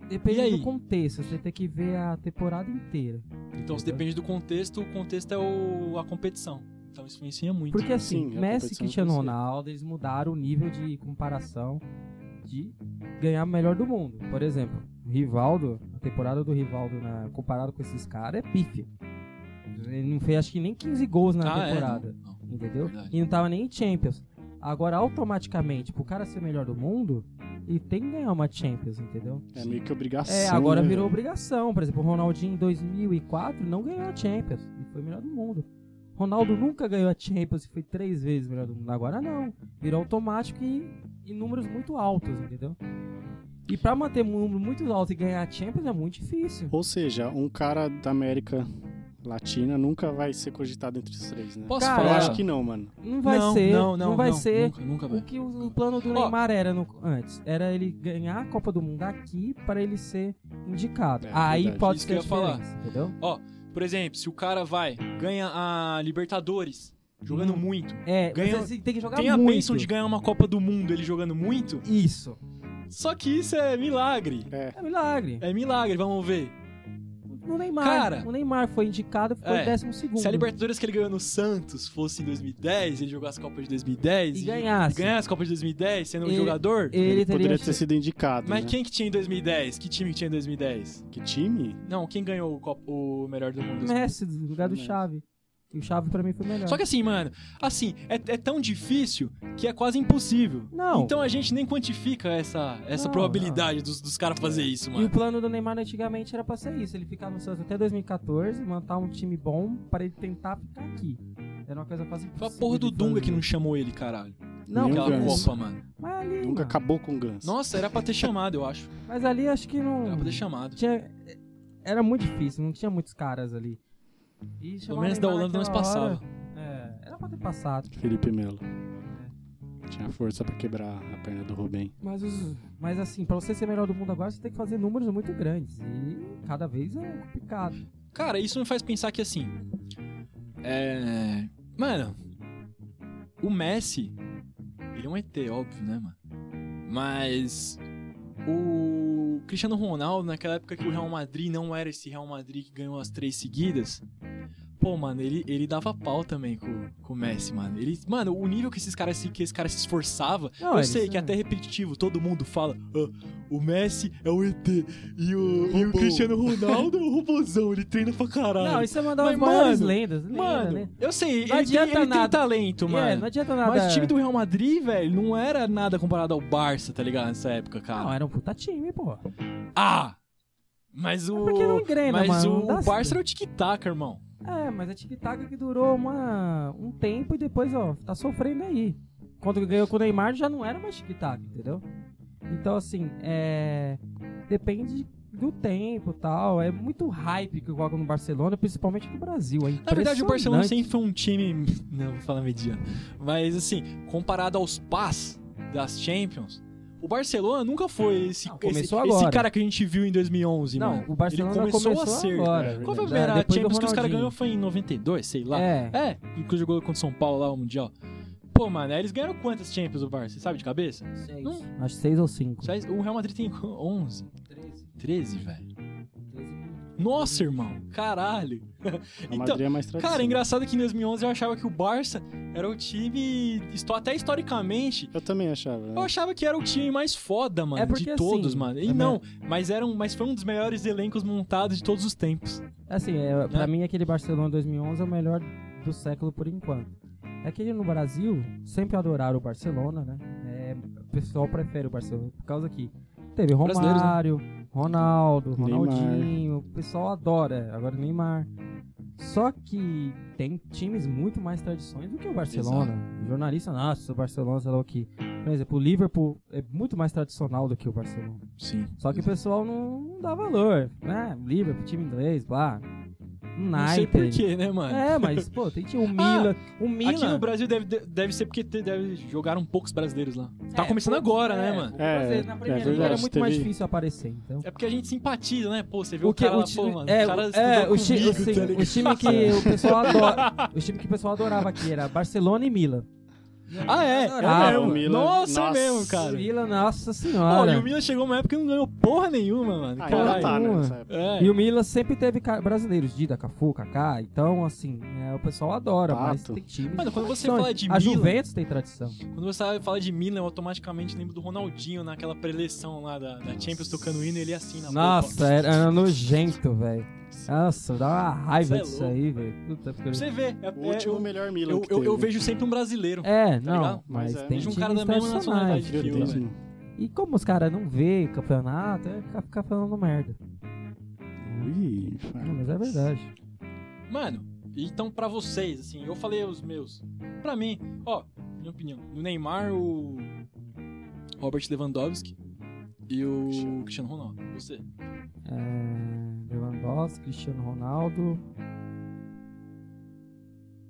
F: e
H: depende
F: aí?
H: do contexto. Você tem que ver a temporada inteira.
F: Então, se
H: Uhum.
F: depende do contexto, o contexto é o, a competição. Então, isso influencia muito.
H: Porque assim,
G: Sim, é a
H: Messi e
G: competição
H: Cristiano
G: influencia.
H: Ronaldo, eles mudaram o nível de comparação de ganhar o melhor do mundo. Por exemplo, o Rivaldo, a temporada do Rivaldo na, comparado com esses caras é pife. Ele não fez acho que nem 15 gols na
F: Ah, é,
H: temporada,
F: não, não.
H: entendeu?
F: Verdade.
H: E não tava nem em Champions. Agora, automaticamente, pro cara ser o melhor do mundo, ele tem que ganhar uma Champions, entendeu?
G: É meio que obrigação.
H: É, agora
G: né,
H: virou
G: velho?
H: obrigação. Por exemplo, o Ronaldinho em 2004 não ganhou a Champions e foi o melhor do mundo. Ronaldo nunca ganhou a Champions e foi três vezes o melhor do mundo. Agora não. Virou automático e, e números muito altos, entendeu? E pra manter um número muito alto e ganhar a Champions é muito difícil.
G: Ou seja, um cara da América Latina nunca vai ser cogitado entre os três, né?
F: Posso
H: Cara,
G: Eu
F: falar?
G: acho que não, mano.
H: Não vai
F: não,
H: ser.
F: Não, não,
H: vai
F: não,
H: ser.
F: Nunca, nunca
H: O
F: vai.
H: que o, o plano do
F: Ó.
H: Neymar era no- antes era ele ganhar a Copa do Mundo aqui para ele ser indicado.
G: É,
H: Aí
G: verdade.
H: pode
F: Isso
H: ser
F: que eu ia falar.
H: diferença, entendeu?
F: Por exemplo, se o cara vai, ganha a Libertadores jogando
H: Hum.
F: muito.
H: É,
F: Ganha-
H: você tem que jogar
F: Tem a
H: muito.
F: bênção de ganhar uma Copa do Mundo ele jogando muito.
H: Isso.
F: Só que isso é milagre.
G: É.
H: É milagre.
F: É milagre, vamos ver.
H: O Neymar.
F: Cara.
H: o Neymar foi indicado e ficou
F: É.
H: em décimo segundo.
F: Se a Libertadores que ele ganhou no Santos fosse em 2010, ele jogasse a Copa de 2010
H: E ganhasse.
F: e ganhasse a Copa de 2010 sendo um
H: Ele-
F: jogador.
H: Ele teria.
G: poderia ter sido indicado,
F: Mas
G: né?
F: quem que tinha em 2010? Que time que tinha em 2010?
G: Que time?
F: Não, quem ganhou o, Copa- o melhor do mundo?
H: Messi, no lugar do
G: Messi.
H: Chave. E o Chave pra mim foi melhor.
F: Só que assim, mano, assim, é, é tão difícil que é quase impossível.
H: Não.
F: Então a gente nem quantifica essa, essa
H: Não, É.
F: probabilidade dos, dos caras fazer isso,
H: E o
F: mano.
H: plano do Neymar antigamente era pra ser isso. Ele ficar no Santos até 2014, montar um time bom pra ele tentar ficar aqui. Era uma coisa quase
F: Foi a
H: impossível
F: porra do
H: de
F: Dunga
H: fazer.
F: que não chamou ele, caralho.
H: Não,
G: Nenhum
F: Aquela
G: Gans.
F: Copa, mano.
H: mas ali.
G: Nunca
H: mano,
G: acabou com o Guns.
F: Nossa, era pra ter chamado, eu acho.
H: mas ali acho que não.
F: Era pra ter chamado.
H: tinha- era muito difícil, não tinha muitos caras ali. E chamar
F: Pelo menos
H: o
F: da
H: Neymar
F: Holanda nós
H: naquela hora-
F: passava.
H: É, era pra ter passado.
G: Felipe Melo. Tinha força pra quebrar a perna do Rubem.
H: Mas, os- mas assim, pra você ser melhor do mundo agora, você tem que fazer números muito grandes. E cada vez é complicado.
F: Cara, isso me faz pensar que assim. É. Mano. O Messi. Ele é um ET, óbvio, né, mano? Mas. O Cristiano Ronaldo, naquela época que o Real Madrid não era esse Real Madrid que ganhou as três seguidas. Pô, mano, ele, ele dava pau também com, com o Messi, mano. Ele, mano, o nível que esses caras se, que esse cara se esforçava.
H: Não,
F: eu
H: eles-
F: sei que é até repetitivo, todo mundo fala. "Ah, o Messi é o ET. E o, e o
G: Robô.
F: Cristiano Ronaldo é o robôzão, ele treina pra caralho.
H: Não, isso é mandar
F: Mas,
H: umas maiores
F: mano,
H: lendas. Lenda,
F: Mano,
H: lenda.
F: eu sei, ele,
H: Não
F: tem,
H: adianta
F: ele tem
H: nada.
F: talento,
H: É,
F: mano.
H: não adianta nada.
F: Mas o time do Real Madrid, velho, não era nada comparado ao Barça, tá ligado? Nessa época, cara.
H: Não, era um puta time, pô.
F: Ah! Mas o.
H: É porque não engrena,
F: mas
H: mano, não
F: o
H: dá
F: Barça era o tic-tac, irmão.
H: É, mas a tic-tac que durou uma, um tempo e depois, ó, tá sofrendo aí. Quando ganhou com o Neymar já não era mais tic-tac, entendeu? Então, assim, é. Depende do tempo e tal. É muito hype que coloca no Barcelona, principalmente no Brasil.
F: Na
H: É
F: verdade, o Barcelona
H: impressionante.
F: sempre foi um time. Não, vou falar mediano. Mas assim, comparado aos pás das Champions, o Barcelona nunca foi esse,
H: Não,
F: esse,
H: Ah, começou
F: esse
H: agora.
F: cara que a gente viu em 2011,
H: Não,
F: mano.
H: o Barcelona
F: né? Ele começou, a ser.
H: agora.
F: Qual foi a
H: É,
F: primeira
H: depois do
F: Champions que os caras
H: Ronaldinho.
F: ganhou? Foi em 92, sei lá.
H: É.
F: É, que jogou contra o São Paulo lá, o Mundial. Pô, mano, aí eles ganharam quantas Champions do Barça? Você sabe de cabeça?
H: Seis.
F: Não.
H: Acho que seis ou cinco.
F: Só isso- O Real Madrid tem 11.
H: 13.
F: 13, velho. Nossa, irmão. Caralho.
G: A
F: Então,
G: Madrid é mais tradição.
F: Cara, é engraçado que em 2011 eu achava que o Barça era o time... histo- Até historicamente,
G: Eu também achava. né?
F: eu achava que era o time mais foda, mano,
H: É porque,
F: de todos,
H: assim,
F: mano.
H: é
F: E não, mas, era um, mas foi um dos melhores elencos montados de todos os tempos.
H: Assim, é,
F: Né?
H: pra mim aquele Barcelona 2011 é o melhor do século por enquanto. É que no Brasil sempre adoraram o Barcelona, né? É, o pessoal prefere o Barcelona por causa que teve
F: Brasileiros, né?
H: Romário, Ronaldo,
G: Neymar.
H: Ronaldinho, o pessoal adora, agora o Neymar. Só que tem times muito mais tradições do que o Barcelona. O jornalista, nossa, o Barcelona, sei lá o que. Por exemplo, o Liverpool é muito mais tradicional do que o Barcelona.
F: Sim.
H: Só que o pessoal não, não dá valor, né? Liverpool, time inglês, pá.
F: Não sei
H: Nike.
F: porquê, né, mano? Ah,
H: É, mas, pô, tem tinha o Milan.
F: Aqui
H: o
F: no
H: Milan.
F: Brasil deve, deve ser porque te- deve jogaram poucos brasileiros lá. Tá
H: É,
F: começando
H: pô,
F: agora,
H: é,
F: né, mano?
H: o Brasil, na
G: É,
H: Premier
G: é
H: League era
G: verdade,
H: muito mais
G: teve-
H: difícil aparecer, então.
F: É porque a gente simpatiza, né? Pô, você vê o,
H: O que
F: cara
H: o
F: lá,
H: ti-
F: pô, mano,
H: é,
F: o cara
H: é,
F: estudou
H: o, ti-
F: comigo,
H: o
F: tá
H: time,
F: ligado?
H: o time que o pessoal adora, o time que o pessoal adorava aqui era Barcelona e Milan.
F: Ah, é? é
H: Ah,
F: mesmo.
H: o
G: Milan-
F: Nossa, é
G: nossa.
F: mesmo, cara.
H: Milan, nossa
F: Pô,
H: senhora.
F: e o Milan chegou uma época que não ganhou porra nenhuma, mano.
G: Ah,
F: Caralho.
G: ainda tá, né?
H: Caralho.
G: nessa época.
F: É.
H: E o Milan sempre teve ca- brasileiros, Dida, Cafu, Kaká, então assim, é, o pessoal adora, mas
G: Pato.
H: tem times.
F: Mano, quando você
H: tradições.
F: fala de Milan,
H: A Juventus tem tradição.
F: quando você fala de Milan, eu automaticamente lembro do Ronaldinho naquela preleção lá da, da Champions tocando o hino, ele assim na roupa.
H: Nossa, era, era nojento, velho. Nossa, dá uma raiva
F: Cê é
H: disso
F: louco.
H: aí, velho. Puta, porque-
F: Pra você ver, é,
G: O
F: é,
G: último
F: eu,
G: melhor Milan
F: eu,
G: que
F: eu-
G: teve.
F: eu vejo sempre um brasileiro.
H: É,
F: Tá
H: não,
F: ligado?
H: mas,
G: Mas é.
H: tem
F: Vejo um
H: times
F: cara da mesma
H: tradicionais.
F: nacionalidade. Brasil,
G: Patriotismo.
H: E como os caras não vê campeonato, é ficar, ficar falando merda.
G: Ui,
H: Não, mas é verdade.
F: Mano, então pra vocês, assim, eu falei os meus. Pra mim, ó, minha opinião, no Neymar, o Robert Lewandowski e o Cristiano Ronaldo. Você.
H: É, Lewandowski, Cristiano Ronaldo.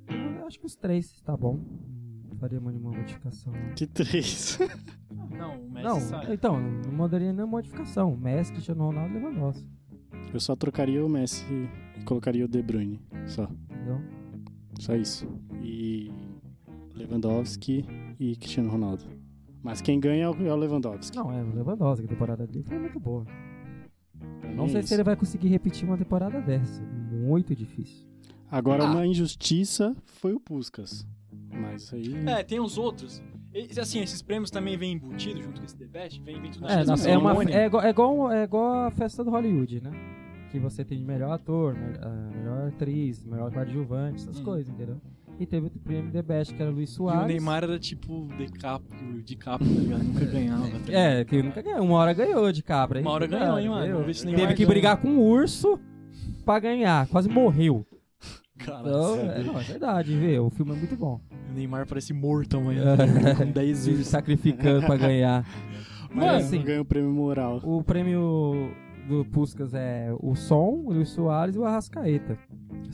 H: Eu acho que os três, tá bom. Não faria nenhuma modificação. não.
G: Que três.
F: Não, o Messi
H: Não,
F: sai.
H: então, não mandaria nenhuma modificação. Messi, Cristiano Ronaldo e Lewandowski.
G: Eu só trocaria o Messi e colocaria o De Bruyne. Só.
H: Entendeu?
G: Só isso. E Lewandowski e Cristiano Ronaldo. Mas quem ganha é o é o Lewandowski.
H: Não, é o Lewandowski. A temporada dele foi muito boa.
G: Pra
H: Não
G: mim é
H: sei
G: isso.
H: se ele vai conseguir repetir uma temporada dessa. Muito difícil.
G: Agora,
H: Ah.
G: uma injustiça foi o Puskas. Mas isso aí...
F: É, tem os outros. E, assim, esses prêmios também vêm embutidos junto com esse The Best, vem, vem tudo na
H: É,
F: mesma
H: na-
G: mas
H: é, uma,
F: cerimônia.
H: é, igual, é, igual, é igual a festa do Hollywood, né? Que você tem melhor ator, me- ah, melhor atriz, melhor coadjuvante, essas
F: Hum.
H: coisas, entendeu? E teve o prêmio The Best, que era Luiz
F: E
H: Soares.
F: o Neymar era tipo de capo, de capo, tá ligado? Nunca ganhava. tá ligado?
H: É, que nunca ganhou. Uma hora ganhou de cabra. hein?
F: Uma hora ganhou, hein, mano? Vamos ver se o Neymar
H: Teve que
F: ganha.
H: brigar com um urso pra ganhar. Quase morreu.
F: Cara, Ah,
H: Então, é, não, é verdade, vê. O filme é muito bom.
F: eu Neymar parece morto amanhã. com 10
H: se
F: vezes.
H: sacrificando pra ganhar.
G: Mas
H: assim-
G: ganha o prêmio moral.
H: O prêmio do Puskas é o Som, o Luiz Soares e o Arrascaeta.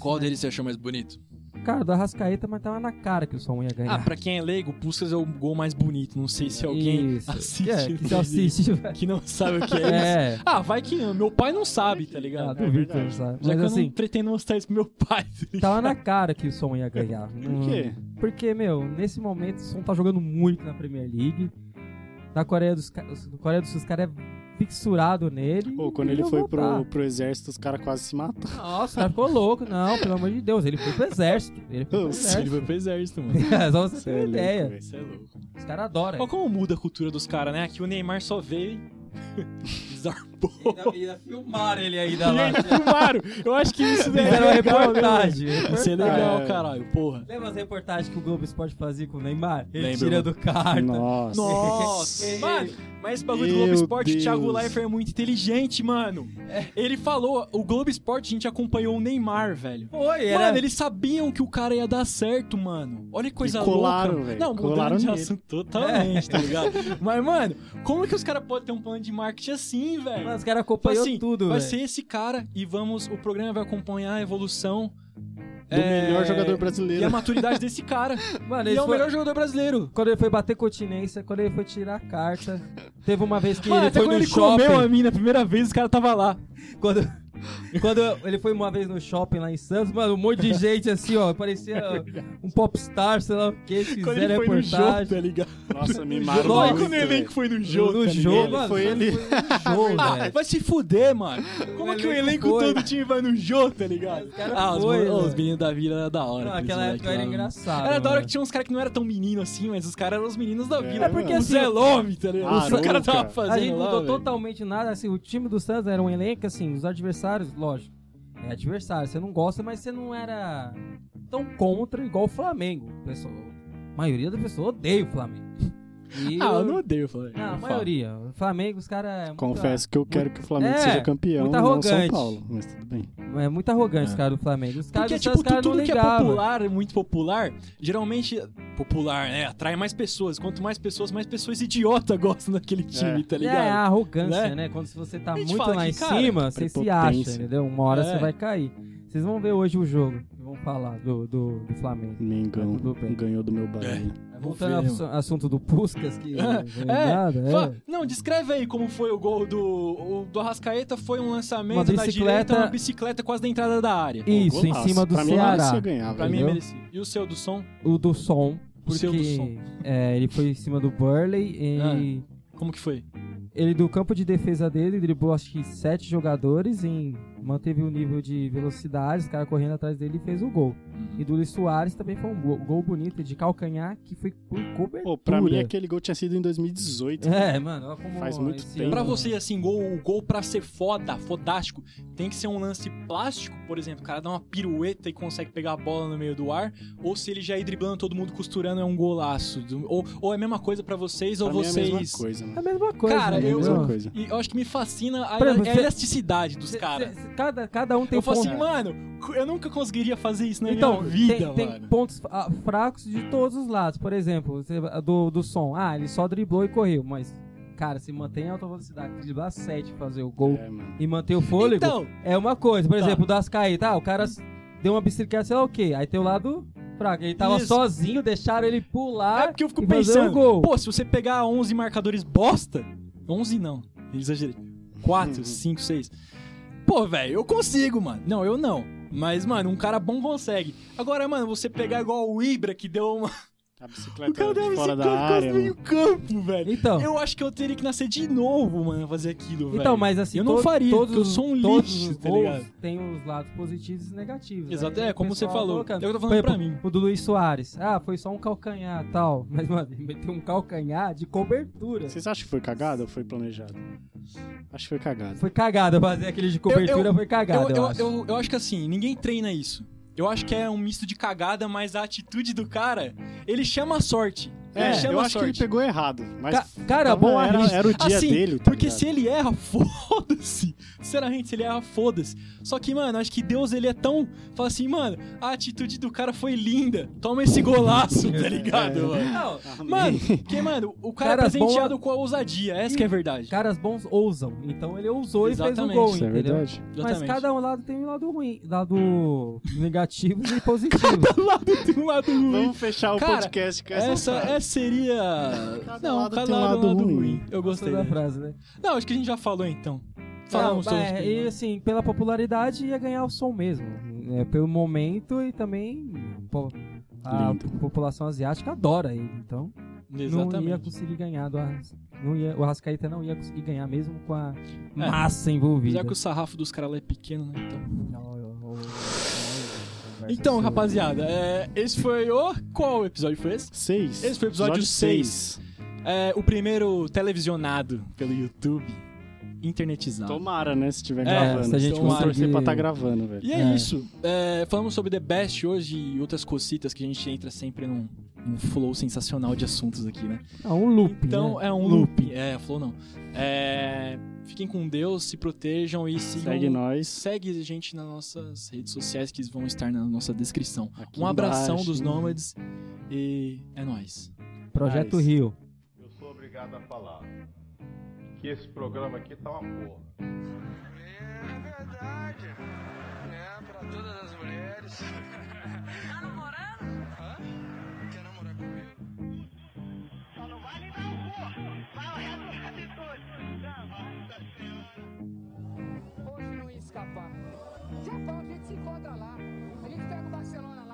F: Qual deles você achou mais bonito?
H: Cara, do Arrascaeta, mas tava na cara que o Som ia ganhar.
F: Ah, pra quem é leigo, o Puskas é o gol mais bonito. Não sei se é alguém
H: Isso.
F: assiste.
H: É, que se assiste, velho.
F: que não sabe o que é, isso.
H: É.
F: Ah, vai que não. Meu pai não sabe, tá
H: Ah,
F: ligado?
H: duvido que ele sabe.
F: Já
H: Mas
F: que eu
H: assim,
F: não pretendo mostrar isso pro meu pai. tá ligado?
H: tava na cara que o Som ia ganhar. Hum,
G: Por quê?
H: Porque, meu, nesse momento o Son tá jogando muito na Premier League. Na Coreia dos Ca- os- na Coreia do Sul, os caras é fixurado nele.
G: Pô,
H: e
G: quando ele
H: Hum. não
G: foi
H: voltar.
G: pro, pro exército, os caras quase se matam.
H: Nossa, o cara ficou louco. Não, pelo amor de Deus, ele foi pro exército. Ele foi pro
G: Nossa,
F: então, Ele
H: exército.
F: foi pro exército, mano.
H: Só pra você
G: Cê
H: ter
G: é
H: uma
G: louco,
H: ideia.
G: velho.
F: Isso é louco.
H: Os caras adoram.
F: Olha como muda a cultura dos caras, né? Aqui o Neymar só veio e desarpou.
H: filmaram ele ainda lá.
F: Filmaram. Eu acho que isso daí
H: Fizeram
F: é
H: uma
F: legal, né?
H: reportagem.
F: Isso é
H: reportagem.
F: legal,
G: É.
F: caralho, porra.
H: Lembra as reportagens que o Globo Esporte fazia com o Neymar? Ele
F: Lembro,
H: tira
F: mano.
H: do carta.
G: Nossa.
F: Nossa,
H: Ei.
F: mano, mas esse bagulho do
G: Meu
F: Globo Esporte, o
G: Deus.
F: Thiago Leifert é muito inteligente, mano. Ele falou, o Globo Esporte, a gente acompanhou o Neymar, velho.
H: Foi, era...
F: Mano, eles sabiam que o cara ia dar certo, mano. Olha que coisa
G: colaram,
F: louca.
G: velho,
F: Não, mudando
G: colaram
F: de
G: nele.
F: assunto totalmente, tá ligado? Mas, mano, como que os caras podem ter um plano de marketing assim, velho?
H: Mano, os caras
F: Tipo
H: acompanhou
F: assim,
H: tudo,
F: vai
H: velho.
F: ser esse cara e vamos, o programa vai acompanhar a evolução
G: Do
H: É.
G: melhor jogador brasileiro.
F: e a maturidade desse cara.
H: Mano,
F: Ele
H: ele
F: é o
H: foi...
F: melhor jogador brasileiro.
H: Quando ele foi bater continência, quando ele foi tirar a carta. Teve uma vez que
F: Mano,
H: ele
F: até
H: foi
F: quando
H: no
F: ele
H: shopping.
F: comeu a mina a primeira vez, o cara tava lá.
H: Quando... quando ele foi uma vez no shopping lá em Santos, mano, um monte de gente assim, ó. Parecia um popstar, sei lá o que. Eles
F: Quando ele
H: fizeram
F: foi no jogo,
H: reportagem.
F: tá ligado?
G: Nossa, mimaram
H: Lógico,
F: Olha
G: muito,
F: quando o
G: velho.
F: elenco foi no jogo.
H: no
F: tá
H: jogo,
F: ligado?
H: mano.
G: Foi
H: só
G: ele.
H: Foi no jogo,
F: Ah,
H: velho.
F: vai se fuder, mano. Como
H: O
F: que o
H: elenco
F: elenco
H: foi.
F: todo do time vai no jogo, tá ligado?
H: caras
F: Ah, os,
H: foi,
F: mo-
H: velho.
F: os meninos da vila era da hora.
H: Não,
F: aqueles
H: aquela época
F: moleque
H: era
F: lá, mano.
H: engraçado.
F: Era da hora
H: mano.
F: que tinha uns caras que não era tão menino assim, mas os caras eram os meninos da vila.
G: É porque,
F: o
H: assim,
F: Zé Lome, tá ligado?
G: Arouca.
F: o cara tava fazendo
H: A gente
F: lá,
H: mudou
F: velho.
H: totalmente nada. Assim, o time do Santos era um elenco, assim, os adversários, lógico. É adversário, você não gosta, mas você não era tão contra igual o Flamengo. Pessoal, a maioria da pessoa odeia o Flamengo. E
F: Ah, eu
H: o-
F: não odeio, falei.
H: Não, a
F: Fala.
H: maioria. O Flamengo, os caras. É
G: Confesso que eu quero que o Flamengo
H: É,
G: seja campeão,
H: muito
G: não São
H: arrogante.
G: Paulo. Mas tudo bem.
H: Muito, é muito arrogante os caras do Flamengo. Os caras
F: Porque,
H: do
F: tipo,
H: Santos, os
F: tu-
H: caras não
F: tudo que é
H: ligavam.
F: popular, muito popular, geralmente, popular, né? Atrai mais pessoas. Quanto mais pessoas, mais pessoas idiota gostam daquele time,
G: É.
F: tá
H: É, a
F: ligado?
H: arrogância,
F: Né?
H: né? Quando se você tá
F: A gente
H: muito
F: fala
H: lá
F: que,
H: em
F: cara,
H: cima, você se acha,
G: prepotência.
H: entendeu? Uma hora
F: É.
H: você vai cair. Vocês vão ver hoje o jogo. Vão falar do, do, do Flamengo.
G: Mengão
H: Tá tudo bem.
G: ganhou do meu Bahia.
F: É
H: Voltando
F: Vou ver,
H: ao assu- assunto do Puskas, que não veio nada, é.
F: Fa- Não, descreve aí como foi o gol do, o, do Arrascaeta. Foi um
H: Uma
F: lançamento da
H: bicicleta-
F: direita, uma bicicleta quase da entrada da área.
H: Isso,
G: Golaço.
H: em cima do
G: pra Mim,
H: Ceará.
G: merecia ganhar,
F: Pra
G: velho.
F: mim mereci.
H: Entendeu?
F: E o seu do som?
H: o do som,
F: O
H: porque
F: seu do som. Ah.
H: é, ele foi em cima do Burley e
F: Como que foi?
H: ele do campo de defesa dele driblou acho que sete jogadores em manteve o nível de velocidade, os caras correndo atrás dele e fez o gol.
F: Uhum.
H: E do Luiz Soares também foi um go- gol bonito de calcanhar que foi por cobertura.
G: Pô, pra
F: é
G: mim aquele gol tinha sido em 2018.
H: É, mano, olha como
G: Faz muito
H: esse
G: tempo.
F: Pra
H: ano-
F: você, assim, gol, o gol pra ser foda, fodástico, tem que ser um lance plástico, por exemplo, o cara dá uma pirueta e consegue pegar a bola no meio do ar, ou se ele já ir driblando todo mundo costurando é um golaço. Do- Ou, ou é a mesma coisa pra vocês,
G: Pra
F: ou
G: mim
F: vocês.
G: é a mesma coisa,
H: É a
G: mano.
H: mesma coisa.
F: Cara,
G: É a
F: eu-
H: entendeu?
G: mesma coisa.
F: E eu acho que me fascina a,
H: Por exemplo,
F: é a
H: cê-
F: elasticidade dos
H: Cê-
F: caras.
H: cê- cada, cada um tem
F: Eu falo
H: ponto.
F: assim, mano, eu nunca conseguiria fazer isso na
H: Então,
F: minha vida,
H: tem, tem
F: mano.
H: pontos ah, fracos de todos os lados. Por exemplo, você- do, do som. Ah, ele só driblou e correu, mas, cara, se mantém a alta velocidade, driblar 7 fazer o gol
G: É, mano.
H: e manter o fôlego
F: Então,
H: é uma coisa. Por
F: Tá.
H: exemplo, das caídas. Ah, o cara s- deu uma bicicleta, sei lá o quê. Aí tem o lado fraco. Ele tava
F: Isso.
H: sozinho, deixaram ele pular.
F: é porque eu fico
H: e fazer
F: pensando,
H: um gol.
F: pô, se você pegar 11 marcadores bosta, 11 não, exagerei, 4, 5, 6. Pô, velho, eu consigo, mano. Não, eu não. Mas, mano, um cara bom consegue. Agora, mano, você pegar igual o Ibra, que deu uma...
G: A
F: O cara
G: bicicleta
F: deu uma bicicleta
G: fora da
F: quase
G: área,
F: no meio
G: mano.
F: campo, velho.
H: Então,
F: Eu acho que eu teria que nascer de novo, mano, pra fazer aquilo, Tipo, velho.
H: então mas assim,
F: eu não
H: to-
F: faria,
H: todos,
F: porque eu sou um
H: todos
F: lixo,
H: os
F: tá
H: gols
F: ligado?
H: Tem os lados positivos e negativos.
F: Exato,
H: Aí
F: é,
H: o
F: como você
H: pessoal
F: falou.
H: colocando.
F: É o que eu tô
H: Por
F: falando
H: exemplo,
F: pra mim.
H: O do Luiz Soares. Ah, foi só um calcanhar tal. Mas, mano, ele meteu um calcanhar de cobertura.
G: Vocês acham que foi cagado ou foi planejado? Acho que foi cagado.
H: Foi cagada fazer aquele de cobertura,
F: eu-
H: foi cagada. Eu,
F: eu,
H: acho.
F: eu- eu acho que assim, ninguém treina isso. Eu acho que é um misto de cagada, mas a atitude do cara, ele chama a sorte.
G: É,
F: É,
G: eu
F: chama
G: acho que ele
F: sorte.
G: pegou errado. Mas tá
H: Ca- cara, bom
G: era,
H: arrisco.
G: era o dia
F: assim,
G: dele. tá
F: porque
G: ligado?
F: se ele erra, foda-se. Sinceramente, se ele erra, foda-se. Só que, mano, acho que Deus, ele é tão. Fala assim, mano, a atitude do cara foi linda. Toma esse golaço, tá ligado, mano?
H: Não,
F: Mano, porque, mano, o cara, é
H: Caras
F: presenteado com a ousadia. Essa que é a verdade.
H: caras bons ousam. Então ele ousou e
F: Exatamente.
H: fez o gol,
G: Isso é
H: entendeu?
G: verdade.
H: Mas
F: Exatamente.
H: cada um lado tem um lado ruim, lado negativo e positivo.
F: lado tem um lado ruim.
G: Vamos fechar o
F: Cara,
G: podcast com essa.
F: Essa,
G: frase.
F: essa seria.
G: Cada
F: Não,
G: lado
F: cada
G: tem um
F: lado é um
G: lado
F: lado
G: ruim.
F: ruim. Eu gostei.
H: da
F: né?
H: frase, né?
F: Não, acho que a gente já falou então.
H: Não,
F: Falamos todos. né?
H: é,
F: que-
H: e assim, pela popularidade ia ganhar o som mesmo. né? pelo momento e também pô, a
G: Lindo.
H: população asiática adora ele. Então não ia
F: Exatamente.
H: conseguir ganhar do Arras- não ia, O Arrascaeta não ia conseguir ganhar mesmo com a
F: É.
H: massa envolvida.
F: Já que o sarrafo dos caras lá é pequeno, né? Então.
H: Ó, ó, ó, ó, ó,
F: Então,
H: conversa
F: rapaziada, é, esse foi o. Qual episódio foi esse?
G: Seis.
F: é- Esse foi o episódio
G: seis.
F: É, o primeiro televisionado pelo YouTube, internetizado.
G: Tomara, né? Se estiver
F: É,
G: gravando.
H: se a gente
G: Vamos torcer
H: conseguir-
G: pra tá gravando, velho.
F: E é,
H: É.
F: isso. É, falamos sobre The Best hoje e outras cositas que a gente entra sempre num, num flow sensacional de assuntos aqui, né?
H: sua. Ah, um loop.
F: Então
H: né?
F: é um loop. É, flow não. É, fiquem com Deus, se protejam e um sigam.
G: Segue nós.
F: Segue a gente nas nossas redes sociais que vão estar na nossa descrição.
G: Aqui
F: Um abração
G: embaixo.
F: dos Nômades e é nóis.
H: Projeto
G: Nice.
H: Rio.
A: Eu sou obrigado a falar que esse programa aqui tá uma porra.
B: É verdade. É pra todas as mulheres.
C: Tá namorando?
B: Hã? Quer namorar comigo?
D: Só não vale dar o corpo. Vai o resto da né? atitude.
E: Hoje não ia escapar. Já bom, a gente se encontra lá. A gente pega o Barcelona lá.